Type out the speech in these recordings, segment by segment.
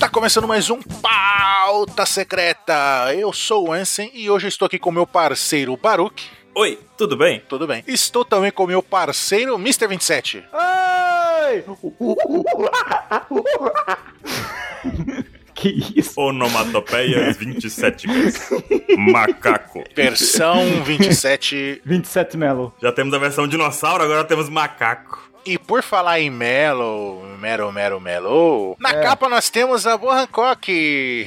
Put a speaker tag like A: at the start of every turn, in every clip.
A: Tá começando mais um Pauta Secreta. Eu sou o Ansem e hoje eu estou aqui com meu parceiro Baruch.
B: Oi, tudo bem?
A: Tudo bem. Estou também com meu parceiro Mr. 27.
B: Ah.
C: Ai! Que isso?
B: Onomatopeias 27 vezes. Macaco.
A: Versão 27.
C: 27 Melo.
B: Já temos a versão dinossauro, agora temos macaco.
A: E por falar em Melo, Mero, Mero, Melo, na
B: É.
A: capa nós temos a Boa Hancock.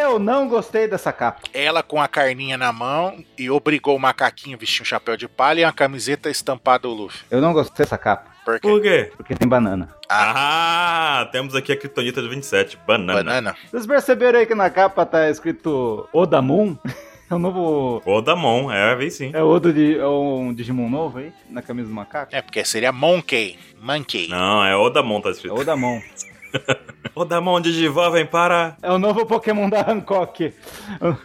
C: Eu não gostei dessa capa.
A: Ela com a carninha na mão e obrigou o macaquinho a vestir um chapéu de palha e uma camiseta estampada o Luffy.
C: Eu não gostei dessa capa.
A: Por quê?
B: Por quê?
C: Porque tem banana.
B: Ah, temos aqui a criptonita de 27, banana.
A: Banana.
C: Vocês perceberam aí que na capa tá escrito Odamon? É o novo.
B: Odamon, é, vem sim.
C: É o Odo de. É um Digimon novo aí? Na camisa do macaco?
A: É, porque seria Monkey. Monkey.
B: Não, é Odamon tá
C: É
B: escrito.
C: Odamon.
B: Odamon Digivó vem para...
C: É o novo Pokémon da Hancock.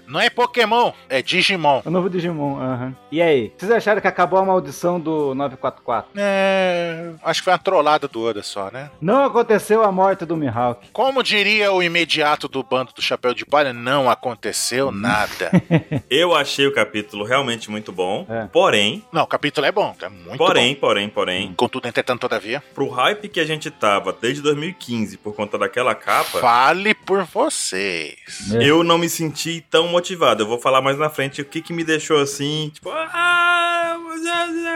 A: Não é Pokémon, é Digimon.
C: É o novo Digimon, aham. E aí? Vocês acharam que acabou a maldição do 944?
A: É, acho que foi uma trollada do Oda só, né?
C: Não aconteceu a morte do Mihawk.
A: Como diria o imediato do bando do Chapéu de Palha, não aconteceu nada.
B: Eu achei o capítulo realmente muito bom,
C: É.
B: porém...
A: não, o capítulo é bom, Hum. é muito
B: Porém, porém, porém,
A: bom. Contudo, entretanto, todavia,
B: pro hype que a gente tava desde 2015 por conta daquela capa,
A: fale por vocês.
C: É.
B: Eu não me senti tão motivado. Eu vou falar mais na frente o que, que me deixou assim, tipo, ah, ah,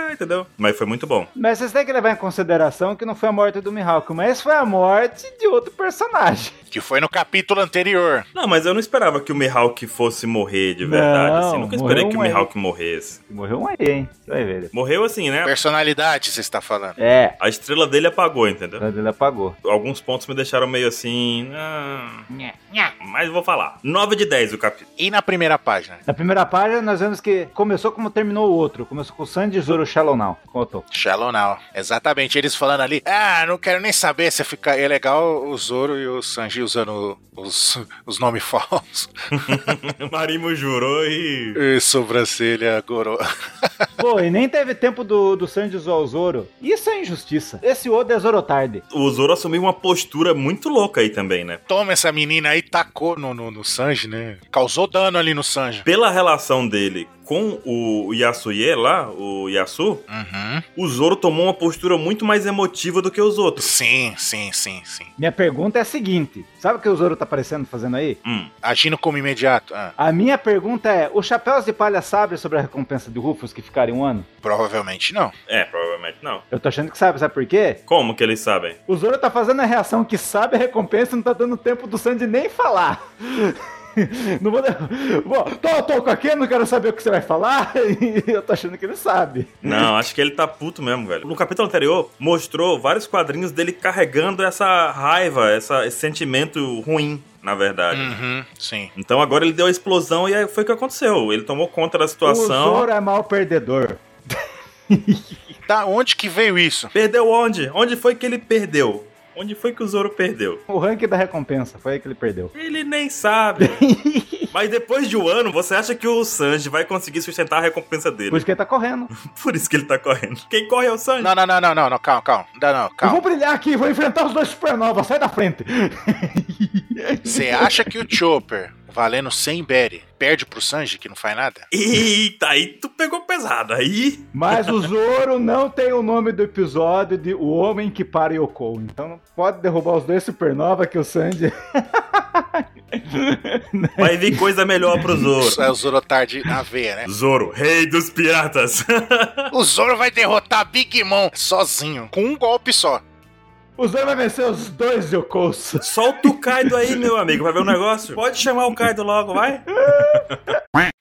B: ah", entendeu? Mas foi muito bom.
C: Mas vocês têm que levar em consideração que não foi a morte do Mihawk, mas foi a morte de outro personagem.
A: Que foi no capítulo anterior.
B: Não, mas eu não esperava que o Mihawk fosse morrer de verdade.
C: Não,
B: assim. Nunca esperei
C: morreu
B: que o
C: um aí.
B: Mihawk morresse.
C: Morreu um aí, hein? Você vai ver.
B: Morreu assim, né?
A: Personalidade, você está falando.
C: É,
B: A estrela dele apagou, entendeu?
C: mas ele apagou.
B: Alguns pontos me deixaram meio assim. "Ah", mas vou falar. 9 de 10 o capítulo.
A: E na primeira página?
C: Na primeira página, nós vemos que começou como terminou o outro. Começou com o Sandy Zoro Shallow Now. Contou.
A: Shallow Now. Exatamente, eles falando ali. Ah, não quero nem saber se fica. É legal o Zoro e o Sanji usando os, os nomes falsos.
B: Marimo jurou e.
A: E sobrancelha, Goro.
C: Pô, e nem teve tempo do, do Sandy zoar o Zoro. Isso é injustiça. Esse Oda é Zorotarde.
B: O Zoro assumiu uma postura muito louca aí também, né?
A: Toma essa menina aí, tacou no, no, no Sanji, né? Causou dano ali no Sanji.
B: Pela relação dele com o Yasuye lá, o Yasu,
A: Uhum.
B: o Zoro tomou uma postura muito mais emotiva do que os outros.
A: Sim, sim, sim, sim.
C: Minha pergunta é a seguinte. Sabe o que o Zoro tá parecendo fazendo aí?
B: Hum.
A: Agindo como imediato. Ah,
C: A minha pergunta é, os chapéus de palha sabem sobre a recompensa de Rufus que ficaram um ano?
A: provavelmente não.
B: É, provavelmente não.
C: Eu tô achando que sabe, sabe por quê?
B: Como que eles sabem?
C: O Zoro tá fazendo a reação que sabe a recompensa e não tá dando tempo do Sandy nem falar. Não vou. Bom, tô, tô com a Ken, não quero saber o que você vai falar. E eu tô achando que ele sabe.
B: Não, acho que ele tá puto mesmo, velho. No capítulo anterior, mostrou vários quadrinhos dele carregando essa raiva, essa- esse sentimento ruim, na verdade.
A: Uhum, sim.
B: Então agora ele deu a explosão e aí foi o que aconteceu. Ele tomou conta da
C: O
B: situação.
C: Zoro é mal perdedor.
A: Tá, onde que veio isso?
B: Perdeu onde? Onde foi que ele perdeu? Onde foi que o Zoro perdeu?
C: O ranking da recompensa, foi aí que ele perdeu.
B: Ele nem sabe. Mas depois de um ano, você acha que o Sanji vai conseguir sustentar a recompensa
C: Por
B: dele?
C: isso que ele tá correndo.
B: Por isso que ele tá correndo. Quem corre é o Sanji.
A: Não, não, não, não, não, não, calma, calma. Não, não,
C: Eu vou
A: calma.
C: brilhar aqui, vou enfrentar os dois supernovas, sai da frente.
A: Você acha que o Chopper, valendo 100 berry, perde pro Sanji que não faz nada?
B: Eita, aí tu pegou pesado. Aí.
C: Mas o Zoro não tem o nome do episódio de O Homem que Para Yoko. Então não pode derrubar os dois supernova que o Sandy.
B: Vai vir coisa melhor pro
A: Isso
B: Zoro.
A: é o Zoro tarde na veia, né?
B: Zoro, rei dos piratas.
A: O Zoro vai derrotar Big Mom sozinho, com um golpe só.
C: O Zoro vai vencer os dois Yokos.
B: Solta o Kaido aí, meu amigo. Vai ver o negócio? Pode chamar o Kaido logo, vai.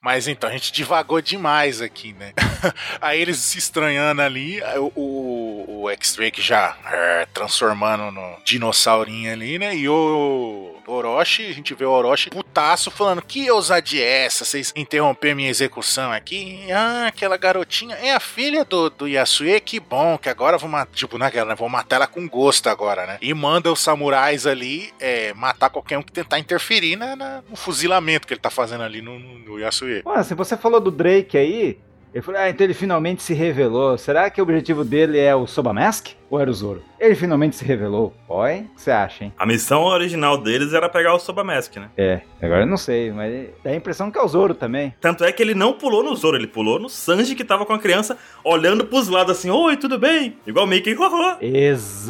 A: Mas então, a gente divagou demais aqui, né? aí eles se estranhando ali, aí o, o, o X-Drake já é, transformando no dinossaurinho ali, né? E o Orochi, a gente vê o Orochi putaço falando: Que ousadia é essa? Vocês interromper minha execução aqui? Ah, aquela garotinha é a filha do, do Yasue, que bom, que agora eu vou matar. Tipo, naquela, né? Vou matar ela com gosto agora, né? E manda os samurais ali é, matar qualquer um que tentar interferir na, na- no fuzilamento que ele tá fazendo ali no, no, no Yasue.
C: Mano, se você falou do Drake aí, eu falei, ah, então ele finalmente se revelou. Será que o objetivo dele é o Soba Mask? ou era o Zoro? Ele finalmente se revelou. Oi? O que você acha, hein?
B: A missão original deles era pegar o Soba Mask, né?
C: É, agora eu não sei, mas dá a impressão que é o Zoro também.
B: Tanto é que ele não pulou no Zoro, ele pulou no Sanji que tava com a criança olhando pros lados assim, oi, tudo bem? Igual Mickey, hoho.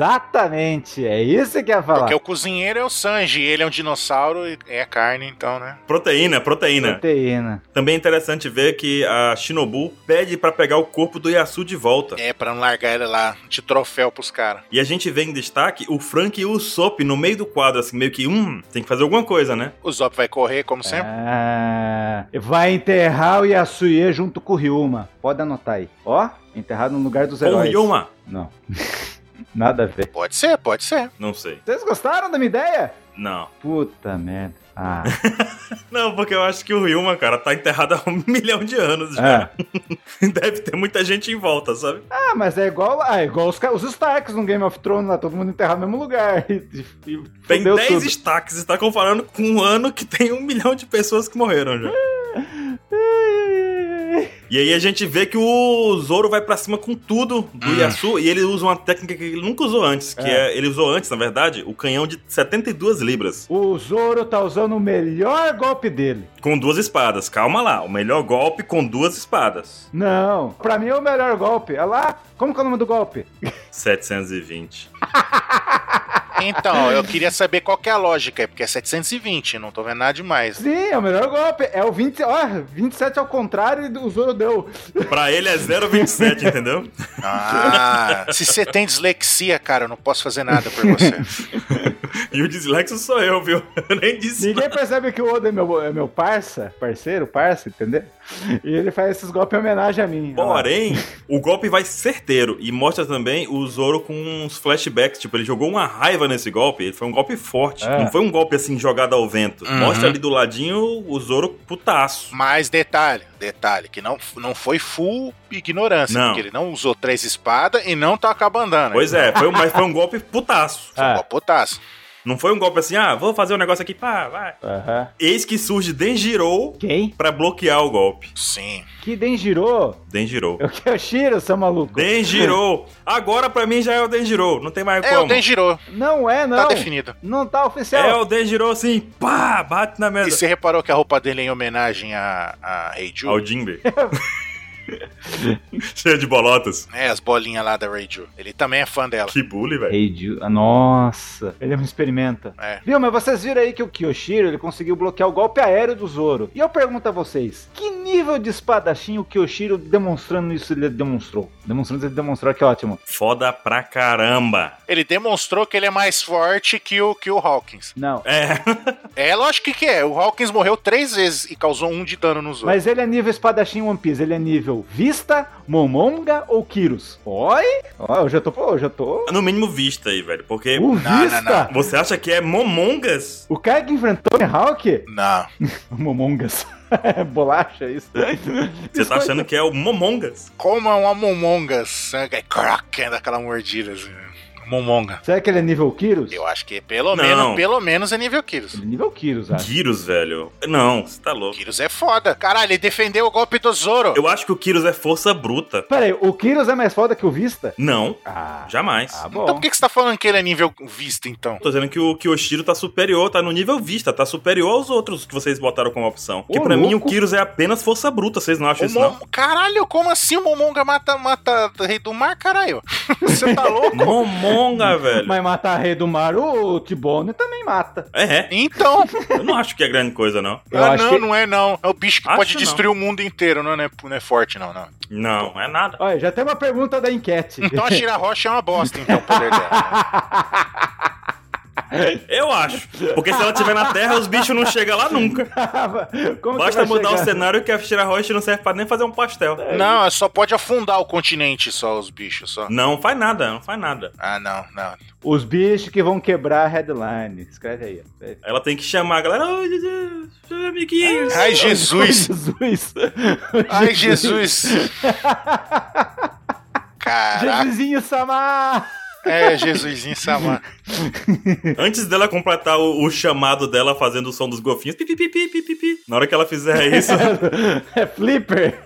C: Exatamente, é isso que eu ia falar.
A: Porque o cozinheiro é o Sanji, ele é um dinossauro e é carne, então, né?
B: Proteína, proteína.
C: Proteína.
B: Também é interessante ver que a Shinobu pede pra pegar o corpo do Yasu de volta.
A: É, pra não largar ele lá de troféu pros caras.
B: E a gente vê em destaque o Frank e o Sop no meio do quadro, assim, meio que, hum, tem que fazer alguma coisa, né?
A: O Zop vai correr,
C: É.
A: como sempre.
C: Ah, vai enterrar o Yasuye junto com o Ryuma. Pode anotar aí. Ó, enterrado no lugar dos
B: Com o
C: heróis.
B: Ryuma?
C: Não. Nada a ver.
A: Pode ser, pode ser.
B: Não sei.
C: Vocês gostaram da minha ideia?
B: Não.
C: Puta merda. Ah,
B: Não, porque eu acho que o Ryuma, cara, tá enterrado há um milhão de anos
C: É.
B: já. Deve ter muita gente em volta, sabe?
C: Ah, mas é igual, ah, é igual os, ca- os Starks no Game of Thrones, lá, todo mundo enterrado no mesmo lugar. E, e, e
B: Tem
C: fudeu
B: 10
C: tudo.
B: destaques e tá comparando com um ano que tem um milhão de pessoas que morreram já. E aí a gente vê que o Zoro vai pra cima com tudo do
A: Hum.
B: Yasu e ele usa uma técnica que ele nunca usou antes, que é.
C: É.
B: ele usou antes, na verdade, o canhão de 72 libras,
C: O Zoro tá usando o melhor golpe dele.
B: com duas espadas. Calma lá, o melhor golpe com duas espadas.
C: Não, pra mim é o melhor golpe. Olha lá, como que é o nome do golpe?
B: 720.
A: Então, eu queria saber qual que é a lógica, é porque é 720, não tô vendo nada demais.
C: Sim, é o melhor golpe. É o 20, ó, 27 ao contrário e o Zoro deu.
B: Pra ele é 0,27, entendeu?
A: Ah, se você tem dislexia, cara, eu não posso fazer nada por você.
B: E o dislexo sou eu, viu? Eu nem disse.
C: Ninguém percebe que o Oda é meu, é meu parça, parceiro, parça, entendeu? E ele faz esses golpes em homenagem a mim. Olha lá.
B: Porém, o golpe vai certeiro e mostra também o Zoro com uns flashbacks. Tipo, ele jogou uma raiva nesse golpe. Ele foi um golpe forte.
C: É.
B: Não foi um golpe assim jogado ao vento.
A: Uhum.
B: Mostra ali do ladinho o Zoro putaço.
A: Mas detalhe, detalhe, que não, não foi full ignorância,
B: Não.
A: porque ele não usou três espadas e não tá toca a bandana.
B: Pois é, foi um, mas foi um golpe putaço.
C: é.
A: Foi uma putaça.
B: Não foi um golpe assim, ah, vou fazer um negócio aqui, pá, vai.
C: Aham.
B: Eis que surge Denjiro
C: Quem?
B: pra bloquear o golpe.
A: Sim.
C: Que Denjiro?
B: Denjiro.
C: Eu quero Shiro, seu maluco.
B: Denjiro! Agora pra mim já é o Denjiro, não tem mais
A: É,
B: como.
A: o Denjiro,
C: Não é, não.
A: tá definido.
C: Não tá
B: É
C: oficial.
B: o Denjiro assim, pá, bate na
A: E
B: mesa.
A: você reparou que a roupa dele é em homenagem a, a Reiju?
B: Ao Jinbe. Cheio de bolotas.
A: É, as bolinhas lá da Reiju. Ele também é fã dela.
B: Que bully, velho.
C: Ei, Ju- ah, Nossa, ele é um experimenta.
A: É.
C: Viu, mas vocês viram aí que o Kyoshiro ele conseguiu bloquear o golpe aéreo do Zoro. E eu pergunto a vocês, que nível de espadachim o Kyoshiro demonstrando isso ele demonstrou? Demonstrando ele demonstrou que é ótimo.
B: Foda pra caramba.
A: Ele demonstrou que ele é mais forte que o, que o Hawkins.
C: Não,
B: É.
A: É, lógico que é. O Hawkins morreu três vezes e causou um de dano nos outros.
C: mas ele é nível espadachim One Piece, ele é nível Vista, Momonga ou Kyrus? Oi? Ó, eu já tô, pô, eu já tô...
B: No mínimo vista aí, velho. Porque
C: O
A: não,
C: Vista?
A: não.
B: você acha que é Momongas?
C: O cara que enfrentou o Hawk?
A: Não.
C: Momongas. Bolacha, é isso.
B: Você tá achando que é o Momongas?
A: Como é uma momonga sangue. É crack, daquela mordida assim. Momonga.
C: Será que ele é nível Kyrus?
A: Eu acho que pelo
B: Não.
A: menos, pelo menos é nível Kyrus.
C: Ele é nível Kyrus, acho.
B: Kyrus, velho. Não, você tá louco.
A: Kyrus é foda. Caralho, ele defendeu o golpe do Zoro.
B: Eu acho que o Kyrus é força bruta.
C: Pera aí, o Kyrus é mais foda que o Vista?
B: Não,
C: Ah,
B: jamais.
C: tá bom.
A: Então por que, que você tá falando que ele é nível vista, então?
B: Tô dizendo que o Kyoshiro tá superior, tá no nível vista, tá superior aos outros que vocês botaram como opção. Porque
C: Ô,
B: pra mim o
C: louco.
B: Kyrus é apenas força bruta, vocês não acham
A: O
B: isso não?
A: Mom... Caralho, como assim o Momonga mata, mata rei do mar, caralho? Você tá louco?
B: Momonga, velho.
C: Mas matar Rei do Mar, o Tibone também mata.
B: É,
A: Então,
B: eu não acho que é grande coisa, não.
C: Eu
A: ah,
C: acho
A: não,
C: que-
A: não é não. É o bicho que
B: Acho
A: pode
B: não.
A: destruir o mundo inteiro, não é, não é forte não, não.
B: Não, é nada.
C: Olha, já tem uma pergunta da enquete.
A: Então a Shirahoshi é uma bosta, então, o poder dela.
B: Eu acho. Porque se ela tiver na Terra, os bichos não chegam lá nunca.
C: Como que
B: Basta
C: vai
B: mudar o
C: chegar? É.
B: cenário que a Shirahoshi não serve pra nem fazer um pastel.
A: Não, só pode afundar o continente só, os bichos, só.
B: Não faz nada, não faz nada.
A: Ah, não, não.
C: Os bichos que vão quebrar a headline. Escreve aí. ó. Escreve aí.
B: Ela tem que chamar a galera. Oi, Jesus, amiguinhos.
A: Ai, Jesus.
C: Jesus!
A: Ai, Jesus. Caraca.
C: Jesuszinho Samar!
A: É, Jesusinho Samar.
C: É.
B: Antes dela completar o, o chamado dela fazendo o som dos golfinhos, pi, pi, pi, pi, pi, pi, pi. na hora que ela fizer isso,
C: É flipper.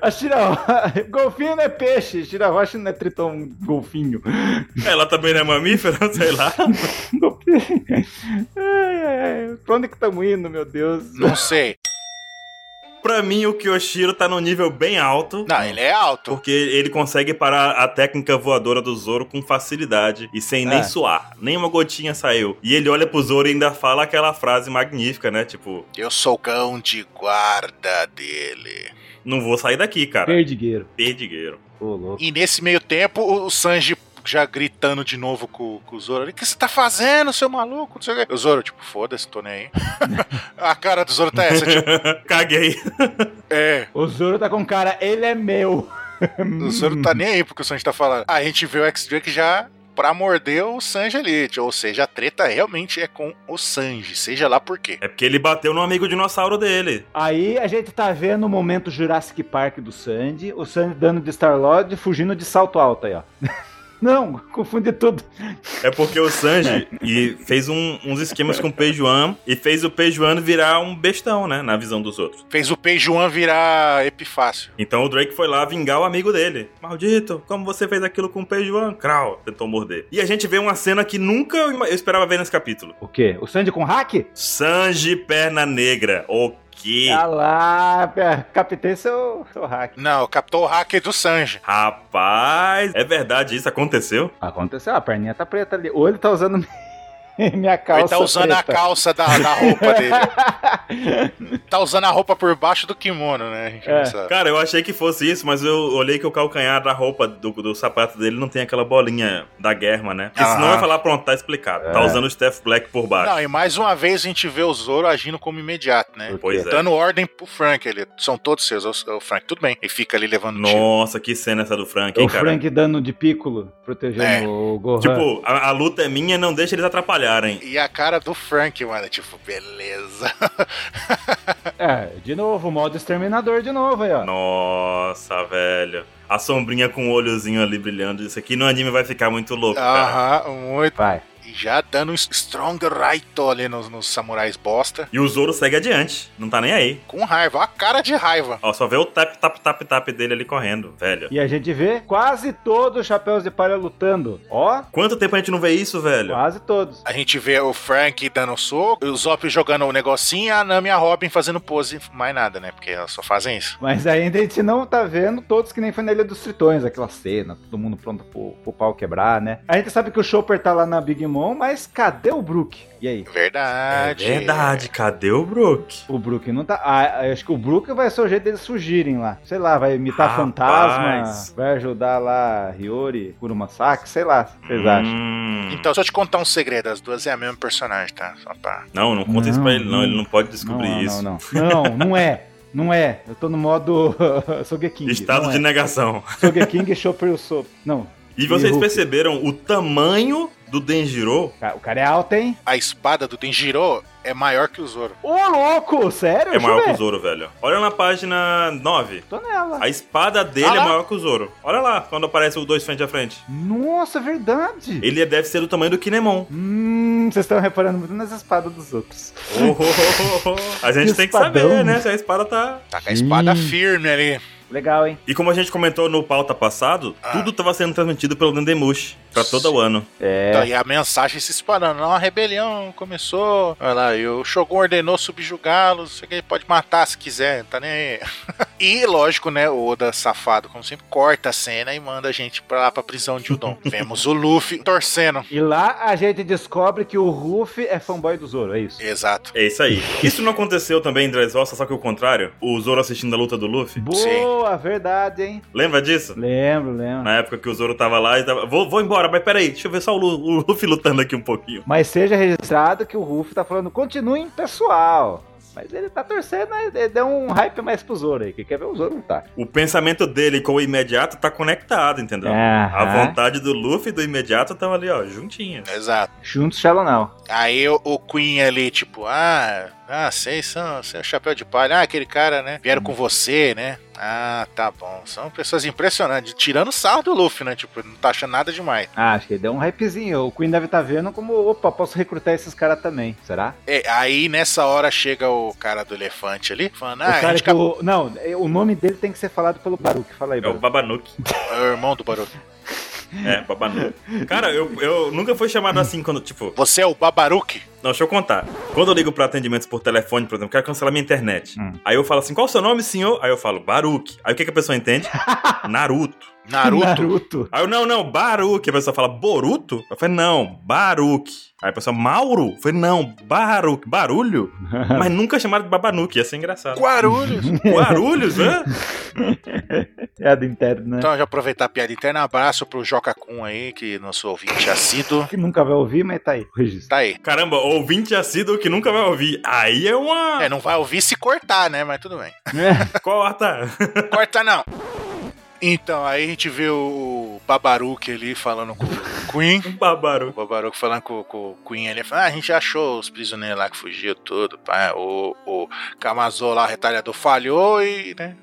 C: A Shirawa... Golfinho não é peixe. Shirawashi não é tritão golfinho.
B: ela também não é mamífera, sei lá.
C: Golfinho. Ai, ai, ai. Pra onde que estamos indo, meu Deus?
A: Não sei.
B: Pra mim, o Kyoshiro tá num nível bem alto.
A: Não, ele é alto.
B: Porque ele consegue parar a técnica voadora do Zoro com facilidade e sem nem
C: É.
B: suar. Nem uma gotinha saiu. E ele olha pro Zoro e ainda fala aquela frase magnífica, né? Tipo,
A: Eu sou o cão de guarda dele.
B: não vou sair daqui, cara.
C: Perdigueiro.
B: Perdigueiro.
C: Ô, louco.
A: E nesse meio tempo, o o Sanji já gritando de novo com, com o Zoro ali, o que você tá fazendo, seu maluco? Não sei o quê. O Zoro, tipo, foda-se, tô nem aí. a cara do Zoro tá essa, tipo,
B: Caguei.
A: é,
C: O Zoro tá com cara, ele é meu.
A: o Zoro
B: Hum.
A: tá nem aí porque o Sanji tá falando. A gente vê o X-Drake já pra morder o Sanji ali, ou seja, a treta realmente é com o Sanji, seja lá por quê.
B: É porque ele bateu no amigo dinossauro dele.
C: Aí a gente tá vendo o momento Jurassic Park do Sandy, o Sandy dando de Star-Lord e fugindo de salto alto aí, ó. Não, confunde tudo.
B: É porque o Sanji e fez um- uns esquemas com o Peijuan e fez o Peijuan virar um bestão, né? Na visão dos outros.
A: Fez o Peijuan virar Epifácio.
B: Então o Drake foi lá vingar o amigo dele. Maldito, como você fez aquilo com o Peijuan? Krau, tentou morder. E a gente vê uma cena que nunca eu ima- eu esperava ver nesse capítulo.
C: O quê? O Sandy com hack?
B: Sanji Perna Negra. O quê?
C: Ah lá, pe- captei seu, seu hack.
A: Não, captou o hacker do Sanji.
B: Rapaz, é verdade, isso aconteceu?
C: Aconteceu, a perninha tá preta ali. Ou ele tá usando minha calça.
A: Ele tá usando a calça da, da roupa dele. Tá usando a roupa por baixo do kimono, né? A gente não
C: É.
A: sabe.
B: Cara, eu achei que fosse isso, mas eu olhei que o calcanhar da roupa do, do sapato dele não tem aquela bolinha da Germa, né? Porque senão
A: Aham.
B: vai falar, pronto, tá explicado. Tá
C: Ah. É.
B: usando o Steph Black por baixo.
A: Não, e mais uma vez a gente vê o Zoro agindo como imediato, né?
B: Pois é.
A: Dando ordem pro Frank, ele são todos seus, o Frank, tudo bem. Ele fica ali levando tiro.
B: Nossa, que cena essa do Frank, hein,
C: O
B: cara?
C: Frank dando de piccolo, protegendo
A: É.
C: o Gohan.
B: Tipo, a, a luta é minha, não deixa eles atrapalharem.
A: E a cara do Frank, mano, tipo, beleza.
C: É, de novo, modo exterminador de novo aí, ó.
B: Nossa, velho. A sombrinha com o olhozinho ali brilhando. Isso aqui no anime vai ficar muito louco, cara.
A: Aham, muito.
C: Vai.
A: E já dando um strong right ali nos, nos samurais bosta.
B: E o Zoro segue adiante. Não tá nem aí.
A: Com raiva, a cara de raiva.
B: Ó, só vê o tap, tap, tap, tap dele ali correndo, velho.
C: E a gente vê quase todos os chapéus de palha lutando. Ó,
B: Quanto tempo a gente não vê isso, velho?
C: quase todos.
A: A gente vê o Frank dando soco, o Zop jogando o negocinho, a Nami e a Robin fazendo pose, mais nada, né? Porque elas só fazem isso.
C: Mas ainda a gente não tá vendo todos que nem foi na Ilha dos Tritões, aquela cena, todo mundo pronto pro, pro pau quebrar, né? A gente sabe que o Chopper tá lá na Big Mom, mas cadê o Brook? E aí?
B: É
A: Verdade.
B: verdade, cadê o Brook?
C: O Brook não tá. Ah, eu acho que o Brook vai ser o jeito deles fugirem lá. Sei lá, vai imitar
B: Rapaz.
C: fantasma, vai ajudar lá a Hiyori, Kurumasaki, sei lá, vocês acham?
B: Hum.
A: Então, deixa eu te contar um segredo. As duas é a mesma personagem, tá? Só pra...
B: Não, não conta isso
C: Não,
B: pra ele, não.
C: não.
B: Ele não pode
C: Não,
B: descobrir
C: não,
B: isso.
C: não, não. Não, não é. Não é. Eu tô no modo Sogeking.
B: Estado
C: não
B: de
C: é.
B: negação.
C: Sogeking, Chopper e o Sop. Não,
B: E vocês
C: é Hulk.
B: perceberam o tamanho do Denjiro?
C: o cara é alto, hein?
A: A espada do Denjiro é maior que o Zoro.
C: Ô, louco! Sério?
B: É
C: Deixa eu
B: maior
C: ver.
B: que o Zoro, velho. Olha na página 9.
C: Tô nela.
B: A espada dele
A: Ah
B: é
A: lá.
B: maior que o Zoro. Olha lá, quando aparece o dois frente a frente.
C: Nossa, é verdade!
B: Ele deve ser do tamanho do Kinemon.
C: Hum, vocês estão reparando muito nas espadas dos outros.
B: Oh, oh, oh, oh. A gente tem que
C: Espadão.
B: saber, né? Se a espada tá.
A: Tá com a espada
C: Ih.
A: firme ali.
C: Legal, hein?
B: E como a gente comentou no pauta passado,
A: Ah.
B: tudo tava sendo transmitido pelo Dendemush pra todo o ano.
C: É.
A: Então, e a mensagem se espalhando. Não, a rebelião começou. Olha lá, e o Shogun ordenou subjugá-los. Você pode matar se quiser, não tá nem aí. e, lógico, né, o Oda safado, como sempre, corta a cena e manda a gente pra lá pra prisão de Udon. Vemos o Luffy torcendo.
C: E lá a gente descobre que o Ruffy é fanboy do Zoro, é isso?
A: Exato.
B: É isso aí. Isso não aconteceu também em Dressrosa, só que o contrário. O Zoro assistindo a luta do Luffy.
C: Boa, verdade, hein?
B: Lembra disso?
C: Lembro, lembro.
B: Na época que o Zoro tava lá e tava... Vou, vou embora, mas peraí, deixa eu ver só o, Lu- o Luffy lutando aqui um pouquinho.
C: Mas seja registrado que o Ruffy tá falando, continuem pessoal. Mas ele tá torcendo, né? ele deu um hype mais pro Zoro aí, que quer ver o Zoro lutar.
B: O pensamento dele com o imediato tá conectado, entendeu?
C: Ah,
B: A
C: Aham.
B: vontade do Luffy e do imediato estão
A: É
B: ali, ó, juntinhas.
A: Exato.
C: Juntos, Shallow Now.
A: Aí o, o Queen ali, tipo, ah, Ah, sei, são, são chapéu de palha. Ah, aquele cara, né? Vieram com você, né? Ah, tá bom. São pessoas impressionantes. Tirando o sarro do Luffy, né? Tipo, não tá achando nada demais.
C: Ah, acho que ele deu um hypezinho. O Queen deve estar vendo como, opa, posso recrutar esses caras também. Será?
A: É, aí nessa hora chega o cara do elefante ali, falando, ah,
C: o cara
A: a gente
C: que o... Não, é, o nome dele tem que ser falado pelo Baruque. Fala aí,
B: É o
C: Baruque.
B: Babanuki.
A: acabou- é o irmão do Baruque.
B: É, Babanuki. Cara, eu, eu nunca fui chamado assim quando, tipo.
A: Você é o Babaruque?
B: Não, deixa eu contar. Quando eu ligo pra atendimentos por telefone, por exemplo, quero cancelar minha internet.
C: Hum.
B: Aí eu falo assim: qual o seu nome, senhor? Aí eu falo, Baruque. Aí o que, que a pessoa entende? Naruto.
A: Naruto?
C: Naruto.
B: Aí eu, não, não, Baruque. A pessoa fala, Boruto? Eu falei, não, Baruque. Aí a pessoa, Mauro? Eu falei, não, Baruque. Barulho? Mas nunca chamaram de Babanuki, ia ser engraçado.
A: Guarulhos!
B: Guarulhos, né?
C: É a do interno, né?
A: Então, já aproveitar a piada interna, abraço pro Joca Kun aí, que nosso ouvinte assíduo.
C: Que nunca vai ouvir, mas tá aí. o Registro.
A: Tá aí.
B: Caramba, ouvinte assíduo que nunca vai ouvir. Aí é uma.
A: É, não vai ouvir se cortar, né? Mas tudo bem.
B: Corta.
A: Corta não. Então, aí a gente vê o Babaruque ali falando com o Queen.
B: Um
A: O
B: Babaruque.
A: Babaruque falando com, com o Queen, ele fala, ah, a gente achou os prisioneiros lá que fugiu tudo, pá. O, o Kamazô lá, o retalhador, falhou e, né,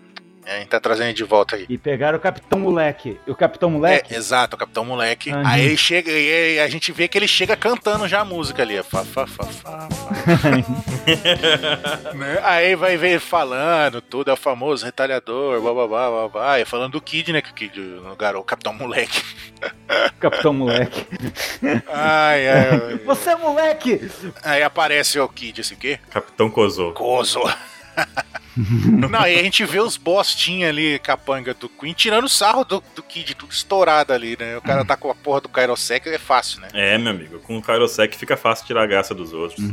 A: a gente tá trazendo ele de volta aí.
C: E pegaram o Capitão Moleque. E o Capitão Moleque?
A: É, exato, o Capitão Moleque.
C: Ah,
A: aí
C: gente.
A: ele chega, e aí a gente vê que ele chega cantando já a música ali. ó, Fá, fá, fá, fá, fá. Né? Aí vai ver ele falando tudo, é o famoso retalhador, blá blá blá blá blá. E falando do Kid, né? Que o Kid, o garoto, o Capitão Moleque. É.
C: Capitão Moleque.
A: Ai, ai, ai.
C: Você é moleque!
A: Aí aparece o Kid, assim, o quê?
B: Capitão Kozo.
A: Gozo. Não, e a gente vê os bostinha ali, capanga do Queen, tirando sarro do, do Kid, tudo estourado ali, né? O cara tá com a porra do Kairosek, é fácil, né?
B: É, meu amigo, com o Kairosek fica fácil tirar a graça dos outros.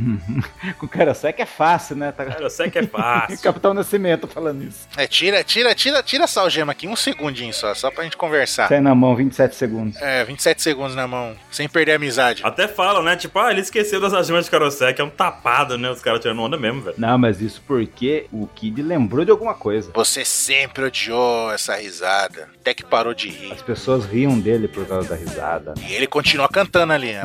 C: Com o cara seca é fácil, né? Tá...
B: Kairosek é fácil.
C: Capitão Nascimento falando isso.
A: É, tira, tira, tira, tira essa algema aqui, um segundinho só, só pra gente conversar.
C: Sai na mão, 27 segundos.
A: É, 27 segundos na mão, sem perder a amizade.
B: Até falam, né? Tipo, ah, ele esqueceu das algemas de Kairosek. É um tapado, né? Os caras tirando onda mesmo, velho.
C: Não, mas isso porque o Kid lembrou de alguma coisa.
A: Você sempre odiou essa risada, até que parou de rir.
C: As pessoas riam dele por causa da risada.
A: E ele continua cantando ali, né?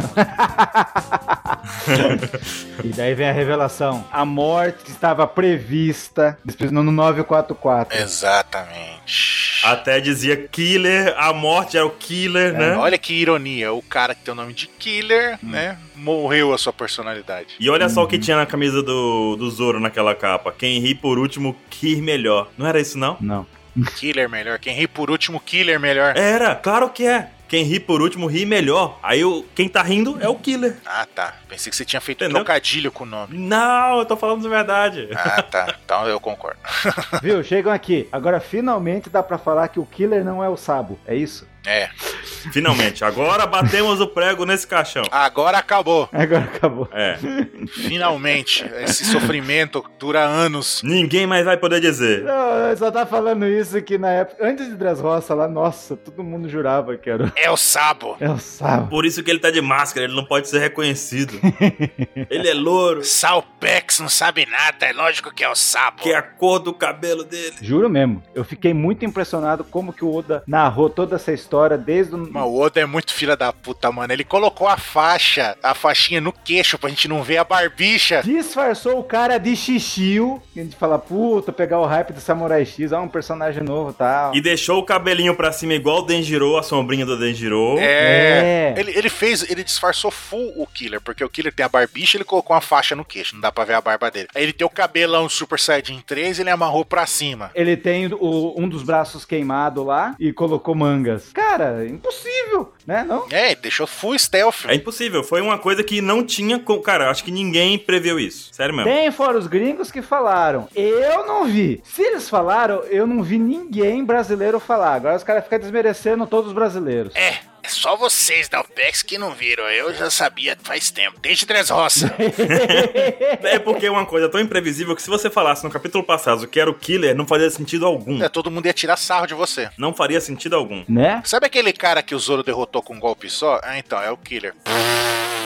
C: E daí vem a revelação. A morte que estava prevista no 944.
A: É. Exatamente.
B: Até dizia Killer, a morte era o Killer, né?
A: Olha que ironia, o cara que tem o nome de Killer, né? Morreu a sua personalidade.
B: E olha só o que tinha na camisa do, do Zoro naquela capa. Quem ri por último, quer melhor. Não era isso, não?
C: Não.
A: Killer melhor. Quem ri por último, killer melhor.
B: Era, claro que é. Quem ri por último, ri melhor. Aí o, quem tá rindo é o Killer.
A: Ah, tá. Pensei que você tinha feito
B: Entendeu?
A: trocadilho com o nome.
B: Não, eu tô falando a verdade.
A: Ah, tá. Então eu concordo.
C: Viu? Chegam aqui. Agora finalmente dá pra falar que o killer não é o Sabo. É isso?
A: É.
B: Finalmente, agora batemos o prego nesse caixão.
A: Agora acabou.
C: Agora acabou.
B: É.
A: Finalmente. Esse sofrimento dura anos.
B: Ninguém mais vai poder dizer.
C: Não, eu só tá falando isso que na época. Antes de Dressrosa lá, nossa, todo mundo jurava que era.
A: É o sabo.
C: É o Sabo.
B: Por isso que ele tá de máscara, ele não pode ser reconhecido. ele é louro,
A: Salpex não sabe nada. É lógico que é o sabo.
B: que é a cor do cabelo dele.
C: Juro mesmo. Eu fiquei muito impressionado como que o Oda narrou toda essa história desde o.
A: Mas o Oda é muito filha da puta, mano. Ele colocou a faixa, a faixinha no queixo pra gente não ver a barbicha.
C: Disfarçou o cara de Xixiu. E a gente fala, puta, pegar o hype do Samurai X, ah, um personagem novo e tal.
B: E deixou o cabelinho pra cima igual o Denjiro, a sombrinha do Denjiro.
A: É.
C: É.
A: Ele, ele fez, ele disfarçou full o Killer, porque o Killer tem a barbicha, ele colocou uma faixa no queixo, não dá pra ver a barba dele. Aí ele tem o cabelão Super Saiyajin 3, ele amarrou pra cima.
C: Ele tem o- um dos braços queimado lá e colocou mangas. Cara, impossível, né? Não?
A: É, ele deixou full stealth.
B: É impossível, foi uma coisa que não tinha. co- Cara, acho que ninguém preveu isso. Sério mesmo.
C: Tem fora os gringos que falaram. Eu não vi. Se eles falaram, eu não vi ninguém brasileiro falar. Agora os caras ficam desmerecendo todos os brasileiros.
A: É, é só vocês da OPEX que não viram, eu já sabia faz tempo, desde Três Roças.
B: É porque é uma coisa tão imprevisível que se você falasse no capítulo passado que era o Killer, não fazia sentido algum.
A: É, todo mundo ia tirar sarro de você.
B: Não faria sentido algum.
C: Né?
A: Sabe aquele cara que o Zoro derrotou com um golpe só? Ah, então, é o Killer.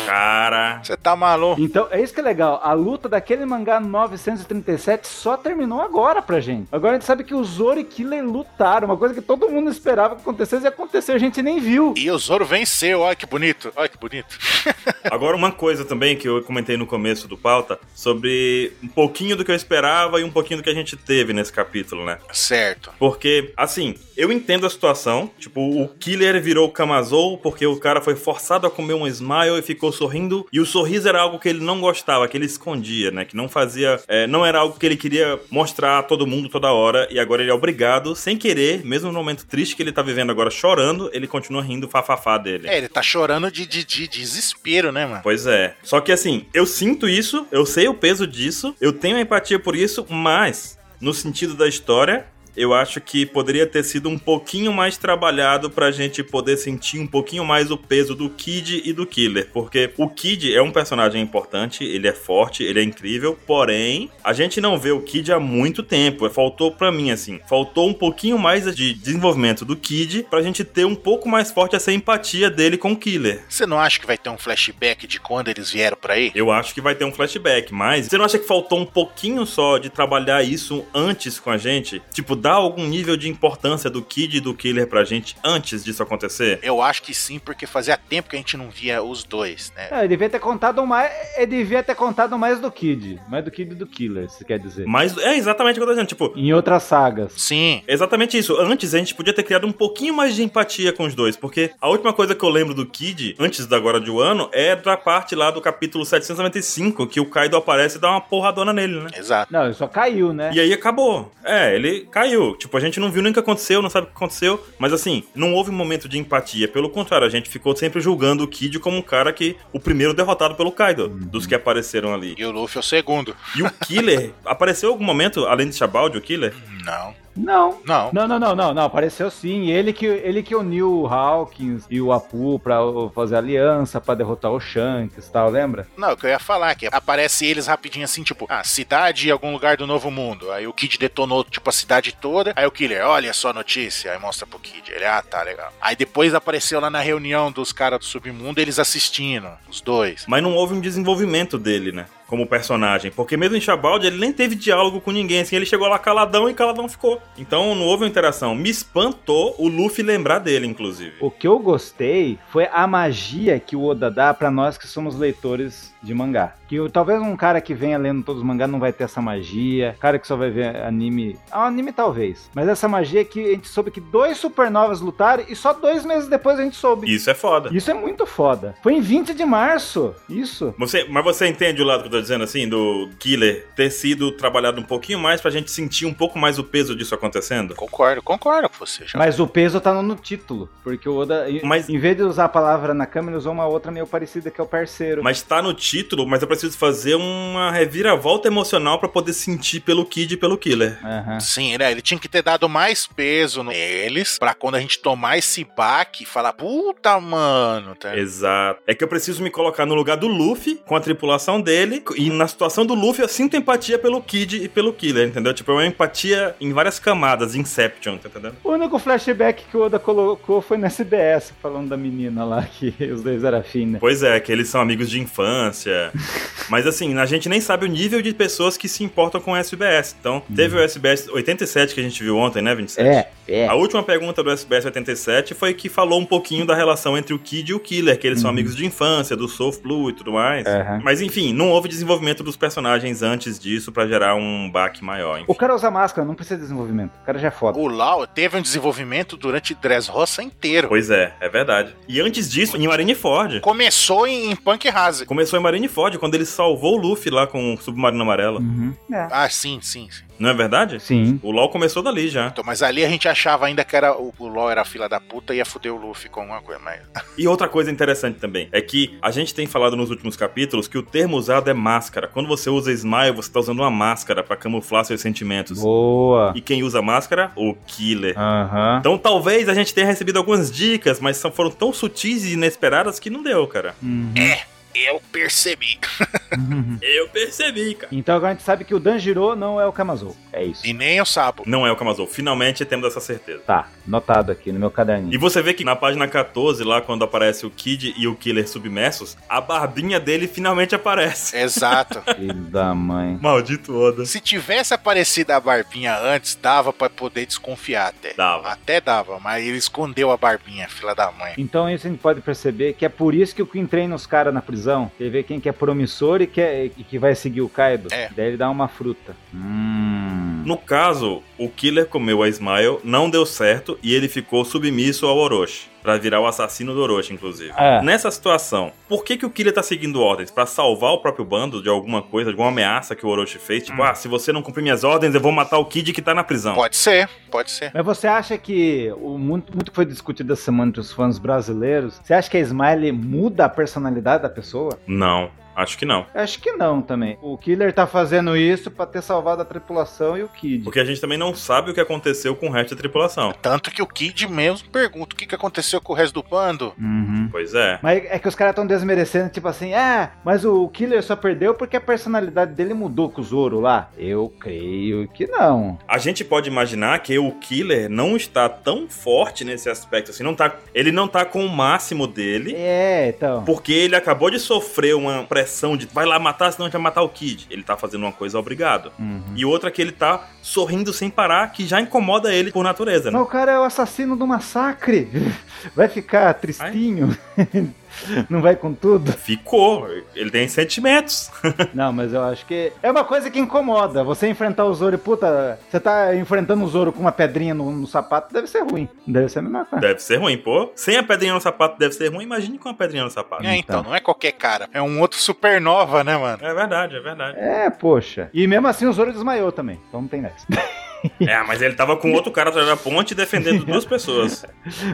B: Cara.
A: Você tá maluco?
C: Então, é isso que é legal. A luta daquele mangá 937 só terminou agora pra gente. Agora a gente sabe que o Zoro e Killer lutaram. Uma coisa que todo mundo esperava que acontecesse e aconteceu, a gente nem viu.
A: E o Zoro venceu, olha que bonito, olha que bonito.
B: Agora, uma coisa também que eu comentei no começo do pauta sobre um pouquinho do que eu esperava e um pouquinho do que a gente teve nesse capítulo, né?
A: Certo.
B: Porque, assim, eu entendo a situação. Tipo, o Killer virou o Kamazou porque o cara foi forçado a comer um Smile e ficou sorrindo. E o sorriso era algo que ele não gostava, que ele escondia, né? Que não fazia. é, não era algo que ele queria mostrar a todo mundo toda hora. E agora ele é obrigado, sem querer, mesmo no momento triste que ele tá vivendo agora, chorando, ele continua rindo fafafá dele.
A: É, ele tá chorando de, de, de desespero, né, mano?
B: Pois é. Só que assim, eu sinto isso, eu sei o peso disso, eu tenho empatia por isso, mas no sentido da história, eu acho que poderia ter sido um pouquinho mais trabalhado pra gente poder sentir um pouquinho mais o peso do Kid e do Killer, porque o Kid é um personagem importante, ele é forte, ele é incrível, porém, a gente não vê o Kid há muito tempo. Faltou pra mim assim, faltou um pouquinho mais de desenvolvimento do Kid pra gente ter um pouco mais forte essa empatia dele com o Killer.
A: Você não acha que vai ter um flashback de quando eles vieram pra aí?
B: Eu acho que vai ter um flashback, mas você não acha que faltou um pouquinho só de trabalhar isso antes com a gente? Tipo, dar algum nível de importância do Kid e do Killer pra gente antes disso acontecer?
A: Eu acho que sim, porque fazia tempo que a gente não via os dois, né?
C: Ah, ele devia ter contado mais. Ele devia ter contado mais do Kid. Mais do Kid e do Killer, se quer dizer.
B: Mas é exatamente o que eu tô dizendo, tipo,
C: Em outras sagas.
A: Sim.
B: exatamente isso. Antes a gente podia ter criado um pouquinho mais de empatia com os dois, porque a última coisa que eu lembro do Kid, antes da agora de Wano, é da parte lá do capítulo 795, que o Kaido aparece e dá uma porradona nele, né?
A: Exato.
C: Não, ele só caiu, né?
B: E aí acabou. É, ele caiu. Tipo, a gente não viu nem o que aconteceu, não sabe o que aconteceu. Mas assim, não houve um momento de empatia. Pelo contrário, a gente ficou sempre julgando o Kid como um cara que. O primeiro derrotado pelo Kaido, dos que apareceram ali.
A: E o Luffy é o segundo.
B: E o Killer, apareceu em algum momento, além de Chabaldi, o Killer?
A: Não.
C: Não.
A: Não.
C: Não, não, não, não, não, apareceu sim. Ele que, ele que uniu o Hawkins e o Apu pra o- fazer aliança, pra derrotar o Shanks e tal, lembra?
A: Não, é o que eu ia falar, que aparece eles rapidinho assim, tipo, ah, cidade e algum lugar do novo mundo. Aí o Kid detonou, tipo, a cidade toda. Aí o Killer, olha só a notícia. Aí mostra pro Kid. Ele, ah, tá, legal. Aí depois apareceu lá na reunião dos caras do submundo, eles assistindo, os dois.
B: Mas não houve um desenvolvimento dele, né? Como personagem. Porque mesmo em Chabaldi, ele nem teve diálogo com ninguém. Assim, ele chegou lá caladão e caladão ficou. Então não houve uma interação. Me espantou o Luffy lembrar dele, inclusive.
C: O que eu gostei foi a magia que o Oda dá pra nós que somos leitores de mangá. Que eu- talvez um cara que venha lendo todos os mangás não vai ter essa magia. Cara que só vai ver anime. Ah, anime talvez. Mas essa magia que a gente soube que dois supernovas lutaram e só dois meses depois a gente soube.
B: Isso é foda.
C: Isso é muito foda. Foi em 20 de março. Isso.
B: Você, mas você entende o lado que eu tô dizendo, assim, do Killer ter sido trabalhado um pouquinho mais pra gente sentir um pouco mais o peso disso acontecendo?
A: Concordo, concordo com você, já.
C: Mas o peso tá no- no título. Porque o Oda, em-
B: Mas-
C: em vez de usar a palavra na câmera, ele usou uma outra meio parecida que é o parceiro.
B: Mas tá no título, mas eu preciso fazer uma reviravolta emocional pra poder sentir pelo Kid e pelo Killer.
C: Aham.
A: Sim, né? Ele tinha que ter dado mais peso neles pra quando a gente tomar esse baque e falar, puta, mano, tá?
B: Exato. É que eu preciso me colocar no lugar do Luffy, com a tripulação dele, e na situação do Luffy eu sinto empatia pelo Kid e pelo Killer, entendeu? Tipo, é uma empatia em várias camadas, Inception, tá entendendo?
C: O único flashback que o Oda colocou foi na SBS, falando da menina lá, que os dois eram né? fina.
B: Pois é, que eles são amigos de infância. Mas assim, a gente nem sabe o nível de pessoas que se importam com o SBS. Então, teve o SBS 87 que a gente viu ontem, né, 27?
C: Uhum. É, é.
B: A última pergunta do SBS 87 foi que falou um pouquinho da relação entre o Kid e o Killer, que eles são
C: Uhum.
B: amigos de infância, do Soft Blue e tudo mais.
C: Aham.
B: Mas enfim, não houve desenvolvimento dos personagens antes disso pra gerar um baque maior. enfim.
C: É, O cara usa máscara, não precisa de desenvolvimento. O cara já é foda.
A: O Lau teve um desenvolvimento durante Dressrosa inteiro.
B: Pois é, é verdade. E antes disso, em Marineford.
A: Começou em, em Punk Hazard.
B: Começou em Marineford, quando ele salvou o Luffy lá com o Submarino Amarelo.
C: Uhum.
A: Ah, sim, sim, sim.
B: Não é verdade?
C: Sim.
B: O LoL começou dali já.
A: Então, mas ali a gente achava ainda que era o, o Law era a fila da puta e ia fuder o Luffy com alguma coisa, mas.
B: E outra coisa interessante também é que a gente tem falado nos últimos capítulos que o termo usado é máscara. Quando você usa smile, você tá usando uma máscara pra camuflar seus sentimentos.
C: Boa.
B: E quem usa máscara? O killer.
C: Aham.
B: Então talvez a gente tenha recebido algumas dicas, mas são- foram tão sutis e inesperadas que não deu, cara.
C: Uhum.
A: Eu percebi.
B: Eu percebi, cara.
C: Então agora a gente sabe que o Danjiro não é o Kamazou. É isso.
A: E nem o sapo.
B: Não é o Kamazou. Finalmente temos essa certeza.
C: Tá, notado aqui no meu caderninho.
B: E você vê que na página 14, lá quando aparece o Kid e o Killer submersos, a barbinha dele finalmente aparece.
A: Exato.
C: Filho da mãe.
B: Maldito Oda.
A: Se tivesse aparecido a barbinha antes, dava pra poder desconfiar até.
B: Dava.
A: Até dava, mas ele escondeu a barbinha, filha da mãe.
C: Então isso a gente pode perceber que é por isso que o Queen treina os caras na prisão. Ele vê quem que é promissor e que, é- e que vai seguir o Kaido.
A: É.
C: Daí ele dá uma fruta. Hum.
B: No caso, o Killer comeu a Smile, não deu certo e ele ficou submisso ao Orochi. Pra virar o assassino do Orochi, inclusive.
C: É.
B: Nessa situação, por que, que o Killer tá seguindo ordens? Pra salvar o próprio bando de alguma coisa, de alguma ameaça que o Orochi fez? Tipo, ah, se você não cumprir minhas ordens, eu vou matar o Kid que tá na prisão.
A: Pode ser, pode ser.
C: Mas você acha que o muito, muito que foi discutido essa semana entre os fãs brasileiros, você acha que a Smiley muda a personalidade da pessoa?
B: Não, acho que não.
C: Eu acho que não também. O Killer tá fazendo isso pra ter salvado a tripulação e o Kid.
B: Porque a gente também não sabe o que aconteceu com o resto da tripulação.
A: Tanto que o Kid mesmo pergunta o que, que aconteceu com o resto do bando.
C: Uhum.
B: Pois é.
C: Mas é que os caras estão desmerecendo, tipo assim, ah, mas o Killer só perdeu porque a personalidade dele mudou com o Zoro lá. Eu creio que não.
B: A gente pode imaginar que o Killer não está tão forte nesse aspecto, assim, não tá, ele não tá com o máximo dele,
C: É, então.
B: porque ele acabou de sofrer uma pressão de vai lá matar, senão a gente vai matar o Kid. Ele tá fazendo uma coisa obrigado.
C: Uhum.
B: E outra que ele tá sorrindo sem parar, que já incomoda ele por natureza,
C: Mas
B: né?
C: o cara é o assassino do massacre. Vai ficar tristinho. Não vai com tudo?
B: Ficou, ele tem sentimentos.
C: Não, mas eu acho que. É uma coisa que incomoda. Você enfrentar o Zoro e puta, você tá enfrentando o Zoro com uma pedrinha no, no sapato, deve ser ruim. Deve ser a mesma coisa.
B: Deve ser ruim, pô. Sem a pedrinha no sapato deve ser ruim, imagine com a pedrinha no sapato.
A: É, então, não é qualquer cara. É um outro supernova, né, mano?
B: É verdade, é verdade.
C: É, poxa. E mesmo assim o Zoro desmaiou também. Então não tem nessa.
B: É, mas ele tava com outro cara atrás da ponte defendendo duas pessoas.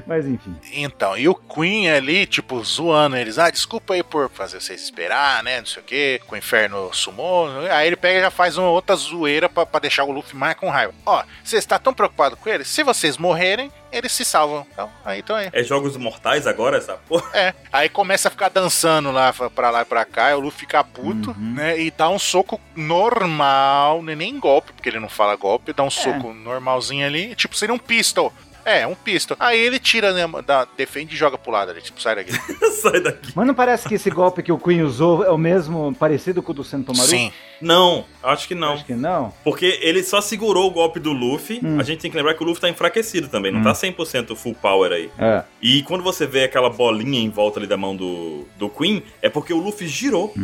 C: Mas enfim.
A: Então, e o Queen ali, tipo, zoando eles. Ah, desculpa aí por fazer vocês esperar, né? Não sei o quê. Com o inferno sumou. Aí ele pega e já faz uma outra zoeira pra, pra deixar o Luffy mais com raiva. Ó, vocês estão tão preocupados com eles? Se vocês morrerem, eles se salvam. Então, aí então é.
B: É jogos mortais agora, essa porra?
A: É. Aí começa a ficar dançando lá fa- pra lá e pra cá. e o Luffy fica puto, né? E dá um soco normal, né, nem golpe, porque ele não fala golpe. Dá um soco normalzinho ali. Tipo, seria um pistol. É, um pistol. Aí ele tira, né, da, defende e joga pro lado ali. Tipo, sai daqui.
B: Sai daqui.
C: Mas não parece que esse golpe que o Queen usou é o mesmo, parecido com o do Sentomaru?
A: Sim.
B: Não, acho que não.
C: Acho que não.
B: Porque ele só segurou o golpe do Luffy.
C: Hum.
B: A gente tem que lembrar que o Luffy tá enfraquecido também, não tá 100% full power aí.
C: É.
B: E quando você vê aquela bolinha em volta ali da mão do, do Queen, é porque o Luffy girou.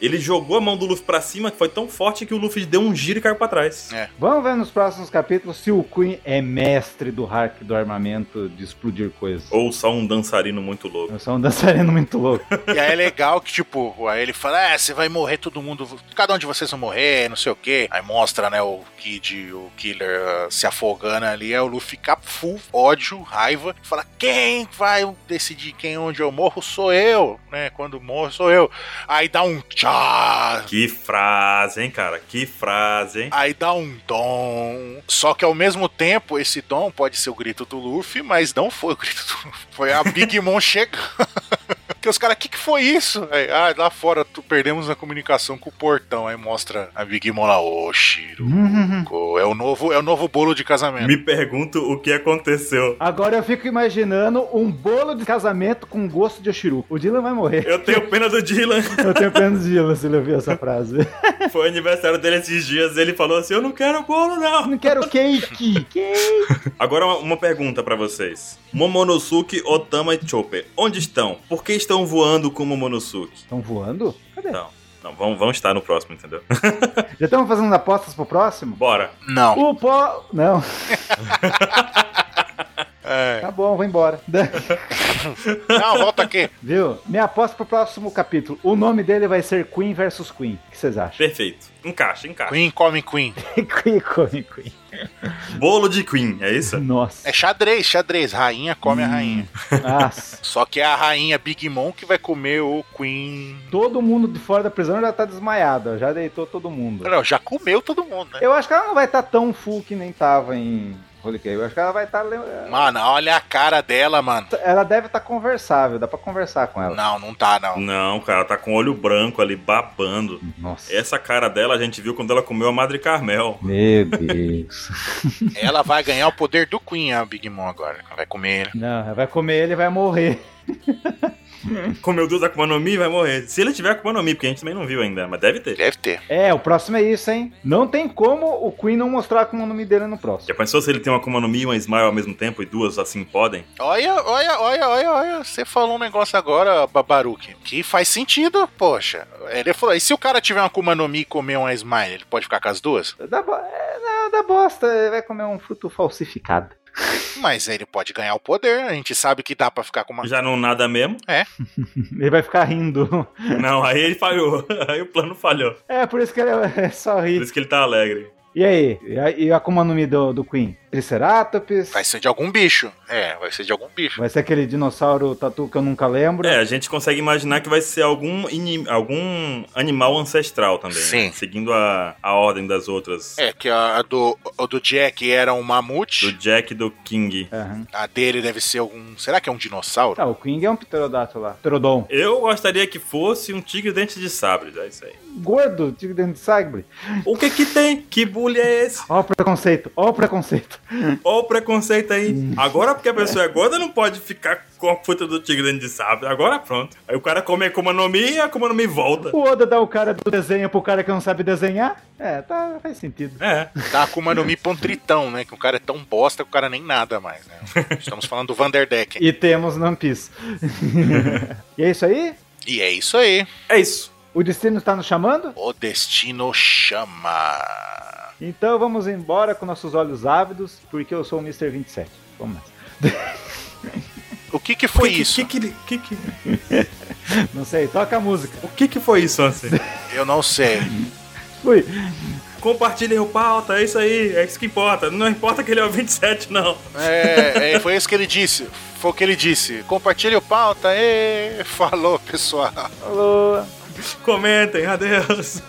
B: Ele jogou a mão do Luffy pra cima, que foi tão forte que o Luffy deu um giro e caiu pra trás.
A: É.
C: Vamos ver nos próximos capítulos se o Queen é mestre do hack do armamento de explodir coisas.
B: Ou só um dançarino muito louco.
C: Eu sou um dançarino muito louco.
A: E aí é legal que, tipo, aí ele fala: É, você vai morrer todo mundo, cada um de vocês vai morrer, não sei o quê. Aí mostra, né, o Kid, o Killer ah, se afogando ali. Aí o Luffy fica full ódio, raiva. Fala: Quem vai decidir quem onde eu morro sou eu, né? Quando morro sou eu. Aí dá um tchá.
B: Que frase, hein, cara? Que frase, hein?
A: Aí dá um dom. Só que ao mesmo tempo, esse dom pode ser o grito do Luffy, mas não foi o grito do Luffy. Foi a Big Mom chegando. Que os caras, o que, que foi isso? Aí, ah, lá fora, tu- perdemos a comunicação com o portão. Aí mostra a Big Mom lá, ô, Shiro. É o novo, é o novo bolo de casamento.
B: Me pergunto o que aconteceu.
C: Agora eu fico imaginando um bolo de casamento com gosto de Oshiru. O Dylan vai morrer.
B: Eu tenho pena do Dylan.
C: Eu tenho pena do Dylan se ele ouvir essa frase.
B: Foi aniversário dele esses dias, ele falou assim: Eu não quero bolo, não.
C: Não quero cake. Cake.
B: Agora uma, uma pergunta pra vocês: Momonosuke, Otama e Chopper, onde estão? Por que estão voando com o Momonosuke?
C: Estão voando? Cadê?
B: Não, não, vão, vão estar no próximo, entendeu?
C: Já estamos fazendo apostas pro próximo?
B: Bora.
A: Não.
C: O pó. Não.
A: É.
C: Tá bom, vou embora.
A: Não, volta aqui.
C: Viu? Minha aposta pro próximo capítulo. O nome dele vai ser Queen versus Queen. O que vocês acham?
B: Perfeito. Encaixa, encaixa.
A: Queen come Queen.
C: Queen, Queen, Queen.
B: Bolo de Queen, é isso?
C: Nossa.
A: É xadrez, xadrez. Rainha come a
C: Hum.
A: rainha.
C: Nossa.
A: Só que é a rainha Big Mom que vai comer o Queen.
C: Todo mundo de fora da prisão já tá desmaiado. ó. Já deitou todo mundo.
A: Não, já comeu todo mundo, né?
C: tá Eu acho que ela não vai estar tão full que nem tava em Holiquei. Eu acho que ela vai estar. le-
A: Mano, olha a cara dela, mano.
C: Ela deve estar conversável, dá pra conversar com ela.
A: Não, não tá, não.
B: Não, cara, tá com o olho branco ali, babando.
C: Nossa.
B: Essa cara dela a gente viu quando ela comeu a Madre Carmel.
C: Meu Deus.
A: Ela vai ganhar o poder do Queen, a Big Mom, agora. Ela vai comer ele.
C: Não, ela vai comer ele e vai morrer.
B: Comeu duas Akuma no Mi, vai morrer. Se ele tiver Akuma no Mi, porque a gente também não viu ainda, mas deve ter.
A: Deve ter.
C: É, o próximo é isso, hein? Não tem como o Queen não mostrar com o nome dele no
B: Já
C: próximo.
B: pensou se ele tem uma Akuma no Mi e uma Smile ao mesmo tempo e duas assim podem?
A: Olha, olha, olha, olha, olha. Você falou um negócio agora, Babaruque, que faz sentido, poxa. Ele falou, e se o cara tiver uma Kuma no Mi e comer uma Smile, ele pode ficar com as duas?
C: Dá, bo... é, não, dá bosta, ele vai comer um fruto falsificado.
A: Mas ele pode ganhar o poder, a gente sabe que dá pra ficar com uma...
B: Já não nada mesmo?
C: Ele vai ficar rindo.
B: Não, aí ele falhou. Aí o plano falhou.
C: É, por isso que ele é só
B: Por
C: ri.
B: isso que ele tá alegre.
C: E aí? E a- E a Akuma no Mi do, do Queen? Triceratops?
A: Vai ser de algum bicho. É, vai ser de algum bicho.
C: Vai ser aquele dinossauro tatu que eu nunca lembro.
B: É, a gente consegue imaginar que vai ser algum, ini- algum animal ancestral também. né?
A: Sim.
B: Seguindo a, a ordem das outras.
A: É, que a, a do, a do Jack era um
B: Do
A: mamute,
B: Jack e do King.
C: Aham.
A: a dele deve ser algum... Será que é um dinossauro?
C: Ah, o Queen é um pterodáctilo lá. Pterodon.
B: Eu gostaria que fosse um tigre dente de sabre, é isso aí.
C: Gordo, tigre dentro de sabre.
B: O que que tem? Que bullying é esse?
C: Ó o preconceito, ó o preconceito.
B: Ó o preconceito aí. Agora porque a pessoa é gorda não pode ficar com a fruta do tigre dente de sabre. Agora pronto. Aí o cara come a Akuma no Mi e a Akuma no Mi volta.
C: O Oda dá o cara do desenho pro cara que não sabe desenhar? É, tá, faz sentido.
B: É.
A: Dá a Kuma no Mi pra um tritão, né? Que o cara é tão bosta que o cara nem nada mais, né? Estamos falando do Vanderdecken.
C: E temos no One Piece. e é isso aí?
A: E é isso aí.
B: É isso.
C: O destino está nos chamando?
A: O destino chama.
C: Então vamos embora com nossos olhos ávidos, porque eu sou o Mr. 27. Vamos lá.
A: O que que foi
B: Que que-
A: isso?
B: Que que, que, que-
C: Não sei, toca a música.
B: o que que foi isso, assim?
A: Eu não sei.
C: Fui.
B: Compartilhem o pauta, é isso aí. É isso que importa. Não importa que ele é o 27, não.
A: É, é, foi isso que ele disse. Foi o que ele disse. Compartilhe o pauta. E falou, pessoal.
C: Falou.
B: Comentem, adeus.